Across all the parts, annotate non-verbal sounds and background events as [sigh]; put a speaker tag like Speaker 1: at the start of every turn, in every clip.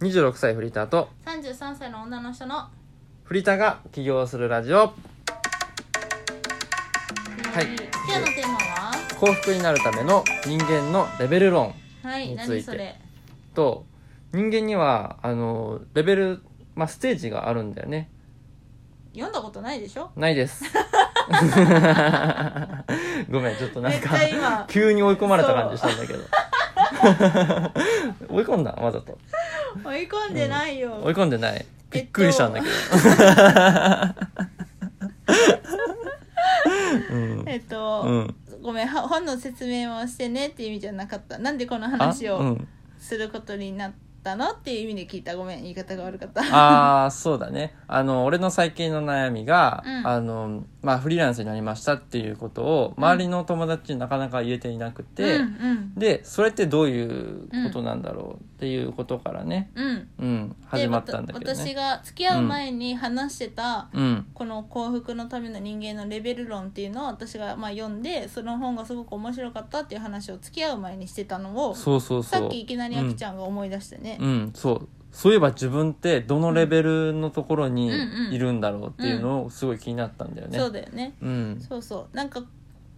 Speaker 1: 26歳フリーターと
Speaker 2: 33歳の女の人の
Speaker 1: フリーターが起業するラジオい
Speaker 2: 今日のテーマは
Speaker 1: 幸福になるための人間のレベル論
Speaker 2: はい
Speaker 1: について
Speaker 2: 何それ
Speaker 1: と人間にはあのレベル、まあ、ステージがあるんだよね
Speaker 2: 読んだことないでしょ
Speaker 1: ないです [laughs] ごめんちょっとなんか
Speaker 2: めっちゃ今
Speaker 1: 急に追い込まれた感じしたんだけど [laughs] 追い込んだわざと
Speaker 2: 追い込んでないよ、
Speaker 1: 追い込んでないびっくりしたんだけど、うん
Speaker 2: えっと、
Speaker 1: うん
Speaker 2: ごめんは本の説明をしてねっていう意味じゃなかったなんでこの
Speaker 1: あ
Speaker 2: 話
Speaker 1: う
Speaker 2: を
Speaker 1: ん
Speaker 2: することになったのっていう意味で聞いたごめん言い方が悪かった
Speaker 1: ああそうだねあの俺の最近の悩みが、
Speaker 2: うん
Speaker 1: あのまあ、フリーランスになりましたっていうことを
Speaker 2: うん
Speaker 1: 周りの友達になかなか言えていなくて、
Speaker 2: うん
Speaker 1: でそれってどういうことなんだろうっていうことからね、
Speaker 2: うんうん
Speaker 1: うん、
Speaker 2: で
Speaker 1: 始まったんだけど
Speaker 2: わた私
Speaker 1: ね。
Speaker 2: が付き合う前に話してた、
Speaker 1: うん
Speaker 2: この幸福のための人間のレベル論っていうのを私がまあ読んでその本がすごく面白かったっていう話を付き合う前にしてたのを
Speaker 1: そうそうそう
Speaker 2: さっきいきなりあきちゃんが思い出してね、
Speaker 1: うん、そうそういえば自分ってどのレベルのところに
Speaker 2: うんうん
Speaker 1: いるんだろうっていうのをすごい気になったんだよね。
Speaker 2: そうだよね
Speaker 1: うん
Speaker 2: そうそうなんか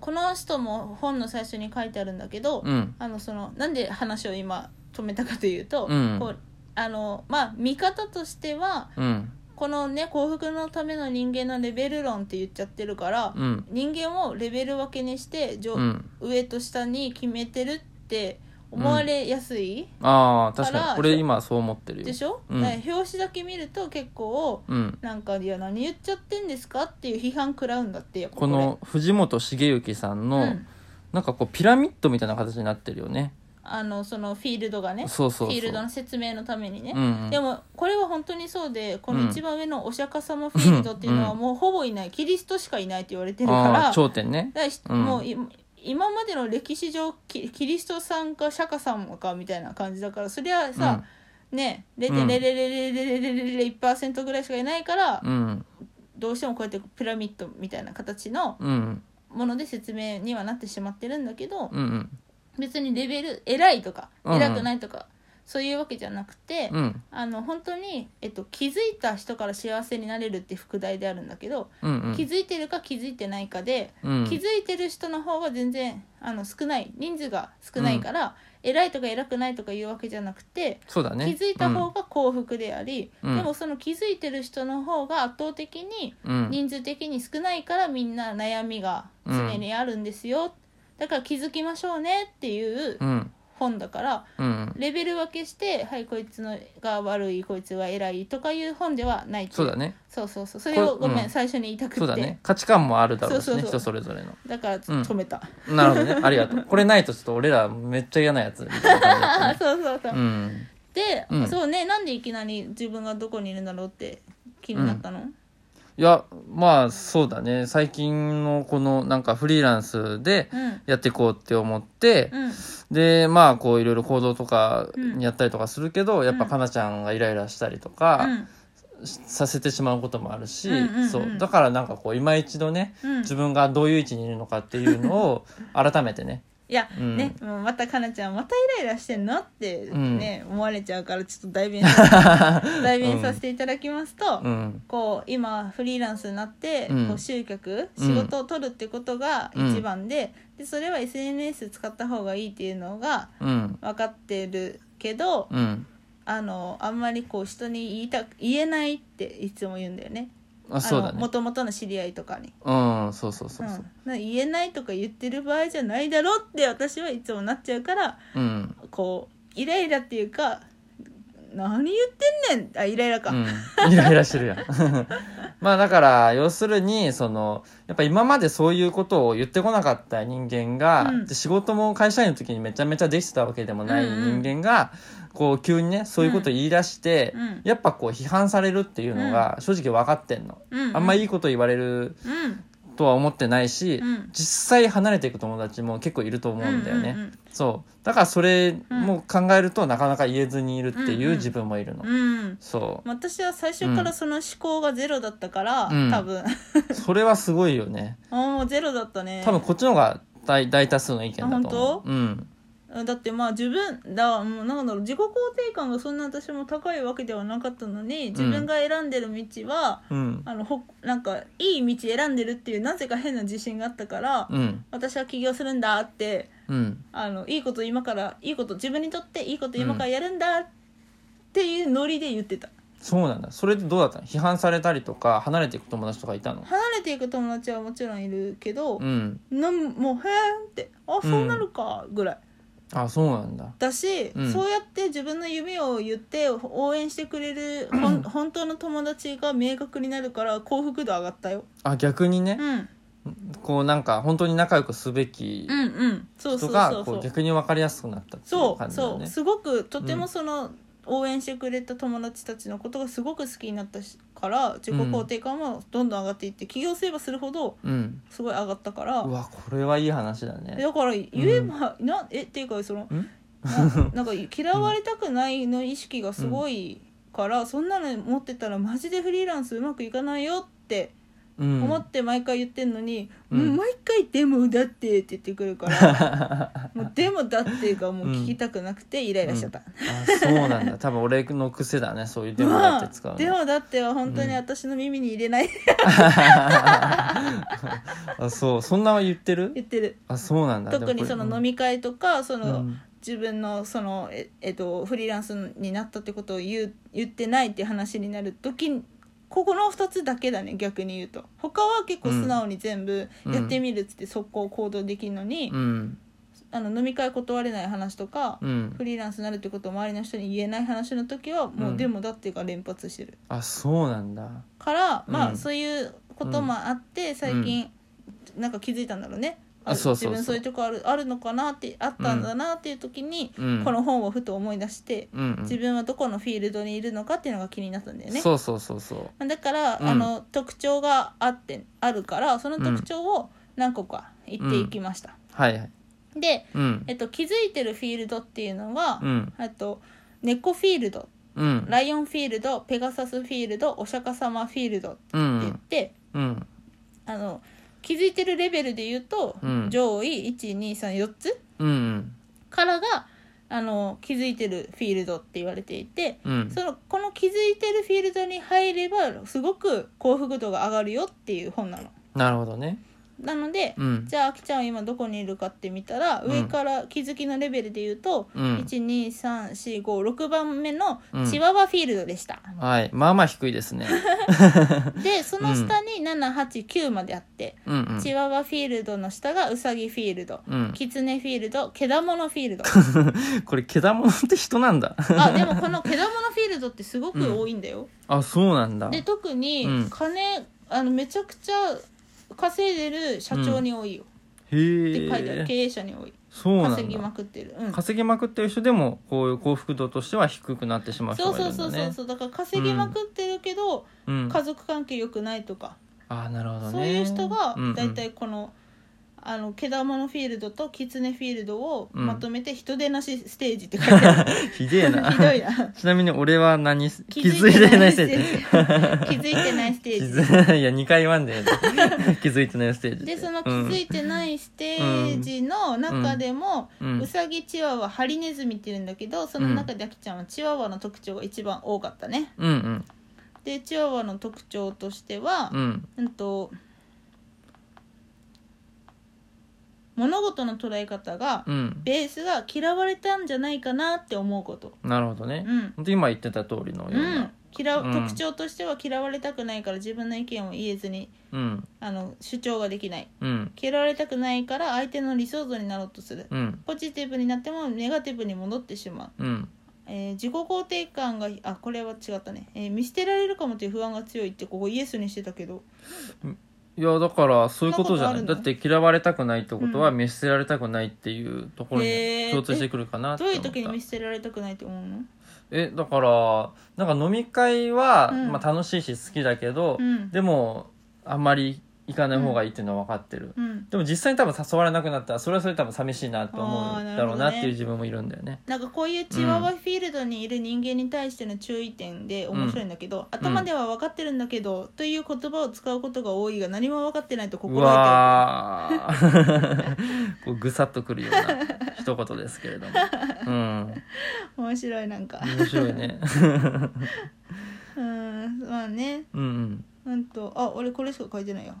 Speaker 2: この人も本の最初に書いてあるんだけど、
Speaker 1: うん
Speaker 2: あのそのなんで話を今止めたかというと、
Speaker 1: うん
Speaker 2: こうあのまあ見方としては
Speaker 1: うん
Speaker 2: このね幸福のための人間のレベル論って言っちゃってるから、
Speaker 1: うん
Speaker 2: 人間をレベル分けにして上、
Speaker 1: うん
Speaker 2: 上と下に決めてるって思われやすい
Speaker 1: ああ確
Speaker 2: か
Speaker 1: からに俺今そう思ってるよ。
Speaker 2: でしょ、
Speaker 1: うん
Speaker 2: だから表紙だけ見ると結構
Speaker 1: うん、
Speaker 2: なんか「いや何言っちゃってんですか?」っていう批判食らうんだってやっぱ
Speaker 1: この藤本茂之さん
Speaker 2: こ
Speaker 1: の、
Speaker 2: れうん
Speaker 1: なんかこうピラミッドみたいな形になってるよね。
Speaker 2: あのそのフィールドがね
Speaker 1: そうそうそう
Speaker 2: フィールドの説明のためにね、
Speaker 1: うんうん
Speaker 2: でもこれは本当にそうでこ
Speaker 1: うん
Speaker 2: の一番上のお釈迦様フィールドっていうのは
Speaker 1: うん
Speaker 2: もうほぼいないキリストしかいないって言われてるから
Speaker 1: ああー
Speaker 2: だ
Speaker 1: 頂点ね。
Speaker 2: からし
Speaker 1: うん
Speaker 2: もうい今までの歴史上キキリストさんか釈迦様かみたいな感じだからそりゃさ、ね0.00001%ぐらいしかいないから、
Speaker 1: うん
Speaker 2: どうしてもこうやってピラミッドみたいな形の
Speaker 1: うん
Speaker 2: もので説明にはなってしまってるんだけど、
Speaker 1: うんうん
Speaker 2: 別にレベル偉いとか
Speaker 1: うんうん
Speaker 2: 偉くないとか、そういうわけじゃなくて、
Speaker 1: うん
Speaker 2: あの本当に、えっと、気づいた人から幸せになれるって副題であるんだけど、
Speaker 1: うんうん
Speaker 2: 気づいてるか気づいてないかで、
Speaker 1: うん
Speaker 2: 気づいてる人の方が全然あの少ない人数が少ないから、偉いとか偉くないとかいうわけじゃなくて。
Speaker 1: そうだね。
Speaker 2: 気づいた方が幸福であり、
Speaker 1: うん
Speaker 2: でもその気づいてる人の方が圧倒的に
Speaker 1: うん
Speaker 2: 人数的に少ないからみんな悩みが常にあるんですよ、だから気づきましょうねっていう
Speaker 1: うん
Speaker 2: 本だから
Speaker 1: うん
Speaker 2: レベル分けしてはいこいつのが悪いこいつは偉いとかいう本ではないってい
Speaker 1: そうだね。
Speaker 2: そうそうそうそれを
Speaker 1: こ
Speaker 2: ご
Speaker 1: れ
Speaker 2: めん、
Speaker 1: うん
Speaker 2: 最初に言いたくって
Speaker 1: そう
Speaker 2: だ,、
Speaker 1: だね。価値観もあるだろうし
Speaker 2: そう
Speaker 1: ね、
Speaker 2: そうそう
Speaker 1: 人それぞれの。
Speaker 2: からちょっと止めた、
Speaker 1: なるほどね。
Speaker 2: [laughs]
Speaker 1: ありがとう。これないとちょっと俺らめっちゃ嫌なやつみたいな感じだ
Speaker 2: あ
Speaker 1: っ
Speaker 2: そうそうそう、
Speaker 1: たね。うん。
Speaker 2: で、
Speaker 1: うん
Speaker 2: そうねなんでいきなり自分がどこにいるんだろうって気になったの、
Speaker 1: いや、まあそうだね。最近のこのなんかフリーランスで
Speaker 2: うん、うん
Speaker 1: やっていこうって思って、で、まあこういろいろ行動とか
Speaker 2: うん
Speaker 1: やったりとかするけど、やっぱかなちゃんがイライラしたりとかしさせてしまうこともあるし、
Speaker 2: うんうんうん
Speaker 1: そう。だからなんかこう今一度ね、
Speaker 2: うんうん
Speaker 1: 自分がどういう位置にいるのかっていうの
Speaker 2: [laughs]
Speaker 1: を改めてね。
Speaker 2: いや、
Speaker 1: うん
Speaker 2: ねもうまたかなちゃんまたイライラしてんのって
Speaker 1: ん
Speaker 2: ね、思われちゃうからちょっと代
Speaker 1: [laughs]
Speaker 2: 弁させて代弁させていただきますと、
Speaker 1: うん。
Speaker 2: こう今フリーランスになって、
Speaker 1: うん
Speaker 2: こう集客
Speaker 1: うん
Speaker 2: 仕事を取るってことが
Speaker 1: うん
Speaker 2: 一番で,、でそれは SNS 使った方がいいっていうのが
Speaker 1: うん。
Speaker 2: 分かってるけど
Speaker 1: うん。
Speaker 2: あのあんまりこう人に言いた言えないっていつも言うんだよね
Speaker 1: あ、そうだね
Speaker 2: も。ともとの知り合いとかに。、
Speaker 1: うん、そうそうそううんそ
Speaker 2: な
Speaker 1: う。
Speaker 2: 言えないとか言ってる場合じゃないだろうって私はいつもなっちゃうから
Speaker 1: うん。
Speaker 2: こうイライラっていうか何言ってんねんあイライラか、
Speaker 1: うん、イライラしてるやん [laughs] まあだから要するにそのやっぱ今までそういうことを言ってこなかった人間が、
Speaker 2: うん
Speaker 1: で仕事も会社員の時にめちゃめちゃできてたわけでもない
Speaker 2: うんうん
Speaker 1: 人間が、こう急にねそういうこと言い出して、
Speaker 2: うん
Speaker 1: やっぱこう批判されるっていうのが正直分かってんの、
Speaker 2: うん
Speaker 1: あんま
Speaker 2: り
Speaker 1: いいこと言われる
Speaker 2: うん
Speaker 1: とは思ってないし、
Speaker 2: うん
Speaker 1: 実際離れていく友達も結構いると思うんだよね、
Speaker 2: うんうんうん
Speaker 1: そうだからそれも考えるとなかなか言えずにいるっていう自分もいるの、
Speaker 2: うん
Speaker 1: そう
Speaker 2: 私は最初からその思考がゼロだったから、
Speaker 1: うん
Speaker 2: 多分 [laughs]
Speaker 1: それはすごいよね。
Speaker 2: あもうゼロだったね
Speaker 1: 多分こっちの方が大大多数の意見だと思う。
Speaker 2: あ本
Speaker 1: うん。
Speaker 2: うんだってまあ自分だもうなんだろう自己肯定感がそんな私も高いわけではなかったのに自分が選んでる道は、
Speaker 1: うん
Speaker 2: あのほなんかいい道選んでるっていうなぜか変な自信があったから、
Speaker 1: うん
Speaker 2: 私は起業するんだって
Speaker 1: うん
Speaker 2: あのいいこと今からいいこと自分にとっていいこと今からやるんだっていうノリで言ってた、
Speaker 1: そうなんだそれってどうだったの批判されたりとか離れていく友達とかいたの
Speaker 2: 離れていく友達はもちろんいるけど、
Speaker 1: うん
Speaker 2: なんもうへーんってあそうなるかぐらい、
Speaker 1: あそうなんだ
Speaker 2: だし、
Speaker 1: うん
Speaker 2: そうやって自分の夢を言って応援してくれるほん本当の友達が明確になるから幸福度上がったよ、
Speaker 1: あ逆にね
Speaker 2: う、ん、
Speaker 1: こうなんか本当に仲良くすべき
Speaker 2: うんうんそうそ
Speaker 1: 人
Speaker 2: う
Speaker 1: が
Speaker 2: そう
Speaker 1: こ
Speaker 2: そうう
Speaker 1: 逆に分かりやすくなったってい
Speaker 2: そうう
Speaker 1: 感じだ
Speaker 2: そ
Speaker 1: よ
Speaker 2: う
Speaker 1: ね
Speaker 2: すごくとてもその、応援してくれた友達たちのことがすごく好きになったしから自己肯定感もどんどん上がっていって起業すればするほど
Speaker 1: うん
Speaker 2: すごい上がったから
Speaker 1: うわこれはいい話だね
Speaker 2: だから言えば、なえっていうかその
Speaker 1: ん
Speaker 2: ななん [laughs] か嫌われたくないの意識がすごいから、そんなの持ってたらマジでフリーランスうまくいかないよって
Speaker 1: うん
Speaker 2: 思って毎回言ってんのに、
Speaker 1: うん
Speaker 2: もう毎回「でもだって」って言ってくるから
Speaker 1: [laughs]
Speaker 2: もう「でもだって」がもう聞きたくなくてイライラしちゃった。
Speaker 1: あそうなんだ多分俺の癖だねそういう「でも」だって使う
Speaker 2: まあで
Speaker 1: の
Speaker 2: もだっては本当に私の耳に入れない
Speaker 1: [laughs] あそうそんなは言ってる
Speaker 2: 言ってる
Speaker 1: あそうなんだ
Speaker 2: 特にその飲
Speaker 1: み
Speaker 2: み会とかその、
Speaker 1: うん
Speaker 2: 自分のそのえ、えっと、フリーランスになったってことを言う言ってないって話になる時にここの2つだけだね逆に言うと他は結構素直に全部
Speaker 1: うん
Speaker 2: やってみるっつって速攻行動できるのに、
Speaker 1: うん
Speaker 2: あの飲み会断れない話とか、
Speaker 1: うん
Speaker 2: フリーランスになるってことを周りの人に言えない話の時はもう、
Speaker 1: うん
Speaker 2: でもだってが連発してる
Speaker 1: あそうなんだ
Speaker 2: から、ま
Speaker 1: う
Speaker 2: あ
Speaker 1: ん
Speaker 2: そういうこともあって最近、なんか気づいたんだろうね
Speaker 1: あそうそうそう
Speaker 2: 自分そういうとこあるあるのかなってあったんだなっていう時に、
Speaker 1: うん
Speaker 2: この本をふと思い出して。
Speaker 1: うんうん
Speaker 2: 自分はどこのフィールドにいるのかっていうのが気になったんだよね。
Speaker 1: そうそうそうそう
Speaker 2: だから、
Speaker 1: うん
Speaker 2: あの特徴があってあるからその特徴を何個か言っていきました。
Speaker 1: はいはい
Speaker 2: で、
Speaker 1: うん
Speaker 2: えっと、気づいてるフィールドっていうのは、
Speaker 1: うん
Speaker 2: あと猫フィールド
Speaker 1: うん
Speaker 2: ライオンフィールドペガサスフィールドお釈迦様フィールドって
Speaker 1: う
Speaker 2: 言っ
Speaker 1: ん
Speaker 2: て、
Speaker 1: うん
Speaker 2: あの気づいてるレベルで言うと、
Speaker 1: うん
Speaker 2: 上位1234つ
Speaker 1: うん
Speaker 2: からがあの気づいてるフィールドって言われていて。
Speaker 1: うん
Speaker 2: そのこの気づいてるフィールドに入ればすごく幸福度が上がるよっていう本なの。
Speaker 1: なるほどね
Speaker 2: なので、
Speaker 1: うん
Speaker 2: じゃああきちゃんは今どこにいるかって見たら、
Speaker 1: うん
Speaker 2: 上から気づきのレベルで言うと、
Speaker 1: うん
Speaker 2: 12345番目の
Speaker 1: うん
Speaker 2: チワワフィールドでした、
Speaker 1: はいまあまあ低いですね
Speaker 2: でその下に789まであって、
Speaker 1: うんうん
Speaker 2: チワワフィールドの下がウサギフィールド、
Speaker 1: うん
Speaker 2: キツネフィールドケダモノフィール
Speaker 1: [laughs]
Speaker 2: ド
Speaker 1: これけだものって人なん
Speaker 2: [laughs]
Speaker 1: だ
Speaker 2: あでもこのケダモノフィールドってすごく多いんだよ、
Speaker 1: あそうなんだ
Speaker 2: で特に
Speaker 1: うん
Speaker 2: 金、あのめちゃくちゃ稼いでる社長に多いよ、
Speaker 1: へ
Speaker 2: って書いてある経
Speaker 1: え
Speaker 2: 営者に多い
Speaker 1: そうなんだ
Speaker 2: 稼ぎまくってるうん
Speaker 1: 稼ぎまくってる人でもこういう幸福度としては低くなってしまう
Speaker 2: そ
Speaker 1: 人
Speaker 2: う
Speaker 1: がい
Speaker 2: そ
Speaker 1: る
Speaker 2: うんそ
Speaker 1: だね。
Speaker 2: うそうそうだから稼ぎまくってるけど、
Speaker 1: うん
Speaker 2: 家族関係良くないとか、
Speaker 1: ああなるほどね。
Speaker 2: そういう人が大
Speaker 1: うんうん
Speaker 2: 体この、あの毛玉のフィールドとキツネフィールドをまとめて人出なしステージって書いて
Speaker 1: [laughs]
Speaker 2: ある、
Speaker 1: [laughs] ひでえな。
Speaker 2: ひどいな
Speaker 1: ちなみに俺は何す気づいてないせいで。
Speaker 2: 気づいてないス
Speaker 1: 気
Speaker 2: テージ
Speaker 1: づ [laughs] いや2回言わんだよ
Speaker 2: [laughs]
Speaker 1: 気づいてないステージ
Speaker 2: でその気づ
Speaker 1: い
Speaker 2: いてないステージの中でも、
Speaker 1: う
Speaker 2: うんさぎチワワハリネズミって言うんだけどその中であきちゃんはチワワの特徴が一番多かったね。
Speaker 1: うんうん
Speaker 2: でチワワの特徴としては
Speaker 1: う、ん
Speaker 2: うん、と物事の捉え方が、
Speaker 1: うん
Speaker 2: ベースが嫌われたんじゃないかなって思うこと。
Speaker 1: なるほどね
Speaker 2: うん
Speaker 1: ほんと今言ってた通りのよう
Speaker 2: うん
Speaker 1: な
Speaker 2: 嫌
Speaker 1: うん
Speaker 2: 特徴としては嫌われたくないから自分の意見を言えずに
Speaker 1: うん
Speaker 2: あの主張ができない
Speaker 1: うん
Speaker 2: 嫌われたくないから相手の理想像になろうとする
Speaker 1: うん
Speaker 2: ポジティブになってもネガティブに戻ってしまう、
Speaker 1: うん
Speaker 2: えー自己肯定感があこれは違ったね、えー見捨てられるかもという不安が強いってここイエスにしてたけど
Speaker 1: いやだからそういうことじゃな
Speaker 2: そ
Speaker 1: い
Speaker 2: ん
Speaker 1: だ
Speaker 2: なこ
Speaker 1: っ
Speaker 2: と
Speaker 1: て嫌われたくないってことは
Speaker 2: うん
Speaker 1: 見捨てられたくないっていうところ
Speaker 2: へ
Speaker 1: に
Speaker 2: ー
Speaker 1: 共通してくるかなって
Speaker 2: どう
Speaker 1: 思っ
Speaker 2: いう
Speaker 1: た
Speaker 2: 時に見捨てられたくないと思うの
Speaker 1: えだからなんか飲み会は、
Speaker 2: うん
Speaker 1: まあ、楽しいし好きだけど、
Speaker 2: うん
Speaker 1: でもあんまり行かない方がいいっていうのは分かってる、
Speaker 2: うん
Speaker 1: でも実際に多分誘われなくなったらそれはそれ多分寂しいなと思
Speaker 2: あ
Speaker 1: う
Speaker 2: ーなるほどね
Speaker 1: だろうなっていう自分もいるんだよね
Speaker 2: なんかこういうチワワフィールドにいる人間に対しての注意点で面白いんだけど、頭では分かってるんだけど、という言葉を使うことが多いが何も分かってないと
Speaker 1: う
Speaker 2: 心が
Speaker 1: わー [laughs] こうぐさっとくるような一言ですけれどもうん
Speaker 2: 痛い面白いなんか
Speaker 1: 面白いね [laughs]
Speaker 2: うんまあね
Speaker 1: うん
Speaker 2: うんとあ俺これしか書いてないよ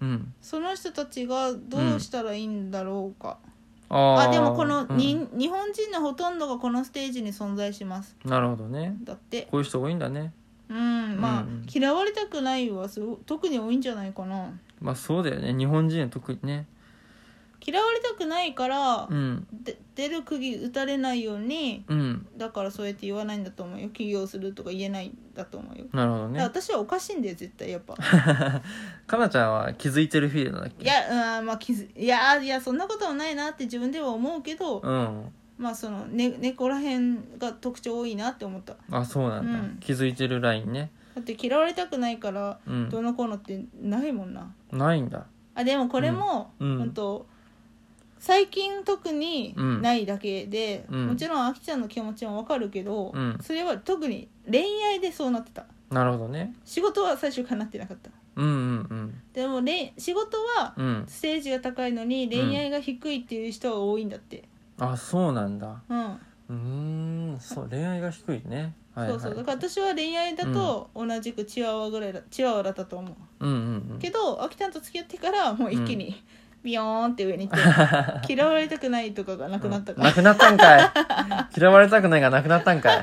Speaker 1: うんうん
Speaker 2: その人たちがどうしたらいいんだろうか、
Speaker 1: あー
Speaker 2: あでもこの、
Speaker 1: うん
Speaker 2: に日本人のほとんどがこのステージに存在します
Speaker 1: なるほどね
Speaker 2: だって
Speaker 1: こういう人多いんだね
Speaker 2: うんまあ、
Speaker 1: うん
Speaker 2: 嫌われたくないはすご特に多いんじゃないかな
Speaker 1: まあそうだよね日本人は特にね
Speaker 2: 嫌われたくないから、
Speaker 1: うん
Speaker 2: で出る釘打たれないように
Speaker 1: うん
Speaker 2: だからそうやって言わないんだと思うよ起業するとか言えないんだと思うよ、
Speaker 1: なるほど
Speaker 2: だから
Speaker 1: ね
Speaker 2: 私はおかしいんだよ絶対やっ
Speaker 1: [laughs]
Speaker 2: ぱ
Speaker 1: かなちゃんは気づいてるフィールドだっけ
Speaker 2: いやうんまあ気づいやいやそんなことはないなって自分では思うけど、
Speaker 1: うん
Speaker 2: まあそのね猫らへんが特徴多いなって思った
Speaker 1: あそうなんだ、
Speaker 2: うん
Speaker 1: 気づいてるラインね
Speaker 2: だって嫌われたくないから
Speaker 1: うん
Speaker 2: どうのこうのってないもんな、
Speaker 1: ないんだ
Speaker 2: あでもこれも、
Speaker 1: うんうん
Speaker 2: 本当最近特に
Speaker 1: うん
Speaker 2: ないだけで、
Speaker 1: うん
Speaker 2: もちろんあきちゃんの気持ちもわかるけど、
Speaker 1: うん
Speaker 2: それは特に恋愛でそうなってた
Speaker 1: なるほどね
Speaker 2: 仕事は最初からなってなかった
Speaker 1: うんうん
Speaker 2: でもれ仕事は
Speaker 1: うんうん
Speaker 2: ステージが高いのに恋愛が低いっていう人が多いんだって
Speaker 1: あそうなんだ
Speaker 2: うん、
Speaker 1: うーんそう恋愛が低いねはいはい
Speaker 2: そうそうだから私は恋愛だと同じくチワワぐらいだチワワだったと思う
Speaker 1: うんうんうん
Speaker 2: けど秋田と付き合ってからもう一気にビヨーンって上に行って、
Speaker 1: [laughs]
Speaker 2: 嫌われたくないとかがなくなったから、
Speaker 1: なくなったんかい嫌われたくないがなくなったんか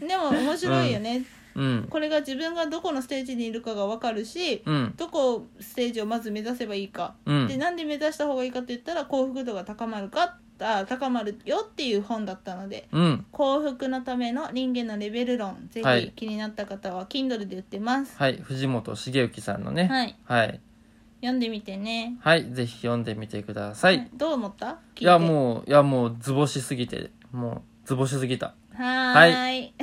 Speaker 1: い
Speaker 2: でも面白いよね、
Speaker 1: うん
Speaker 2: これが自分がどこのステージにいるかが分かるし、
Speaker 1: うん
Speaker 2: どこステージをまず目指せばいいか、
Speaker 1: うん
Speaker 2: でなんで目指した方がいいかって言ったら幸福度が高まるかあ高まるよっていう本だったので
Speaker 1: うん
Speaker 2: 幸福のための人間のレベル論ぜ
Speaker 1: はい
Speaker 2: ひ気になった方は Kindle で売ってます
Speaker 1: はい藤本茂之さんのね
Speaker 2: はい
Speaker 1: はい
Speaker 2: 読んでみてね、
Speaker 1: はいぜひ読んでみてください
Speaker 2: どう思った聞い
Speaker 1: い
Speaker 2: て
Speaker 1: やもういやもう図星すぎてもう図星すぎた
Speaker 2: はーい